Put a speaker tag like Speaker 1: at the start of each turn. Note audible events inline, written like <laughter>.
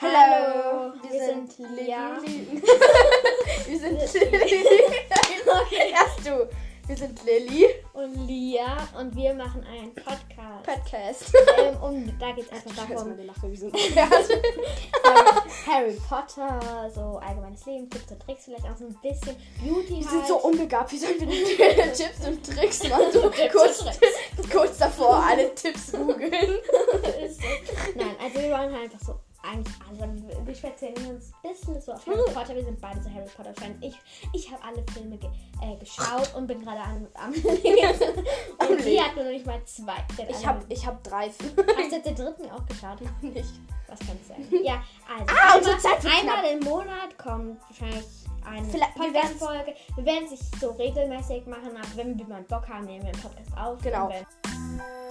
Speaker 1: Hallo,
Speaker 2: wir sind
Speaker 1: <laughs> Lilly.
Speaker 2: Lia.
Speaker 1: Wir sind Lilly. <laughs> Erst du. Wir sind Lilly.
Speaker 2: und Lia und wir machen einen Podcast.
Speaker 1: Podcast.
Speaker 2: ähm, um, da geht es einfach darum,
Speaker 3: Lache, wir sind
Speaker 1: <laughs>
Speaker 2: Harry Potter, so allgemeines Leben, Tipps und Tricks vielleicht auch so ein bisschen, Beauty
Speaker 1: Wir
Speaker 2: halt.
Speaker 1: sind so unbegabt. Wie sollen wir <laughs> denn Tipps und Tricks <laughs> machen? So kurz, kurz davor alle Tipps googeln.
Speaker 2: Ist so. Nein, also wir wollen halt einfach so eigentlich alles. Wir- Wir spezialisieren uns ein bisschen so auf Harry Potter. Wir sind beide so Harry Potter Fans. Ich, ich habe alle Filme ge äh, geschaut und bin gerade an, am <laughs>
Speaker 1: Am
Speaker 2: Und
Speaker 1: Leben.
Speaker 2: die hat nur noch nicht mal zwei. Die hat
Speaker 1: Ich
Speaker 2: alle-
Speaker 1: habe ich hab drei <laughs>
Speaker 2: Hast du jetzt den dritten auch geschaut?
Speaker 1: nicht.
Speaker 2: Was kann es sein? Ja, also
Speaker 1: Ah, unsere Zeit wird
Speaker 2: einmal, einmal im Monat kommt wahrscheinlich eine
Speaker 1: Vielleicht- wir werden's-
Speaker 2: Podcast-Folge. Wir werden es nicht so regelmäßig machen, aber wenn wir mal Bock haben, nehmen wir einen Podcast auf.
Speaker 1: Genau.
Speaker 2: Und wenn-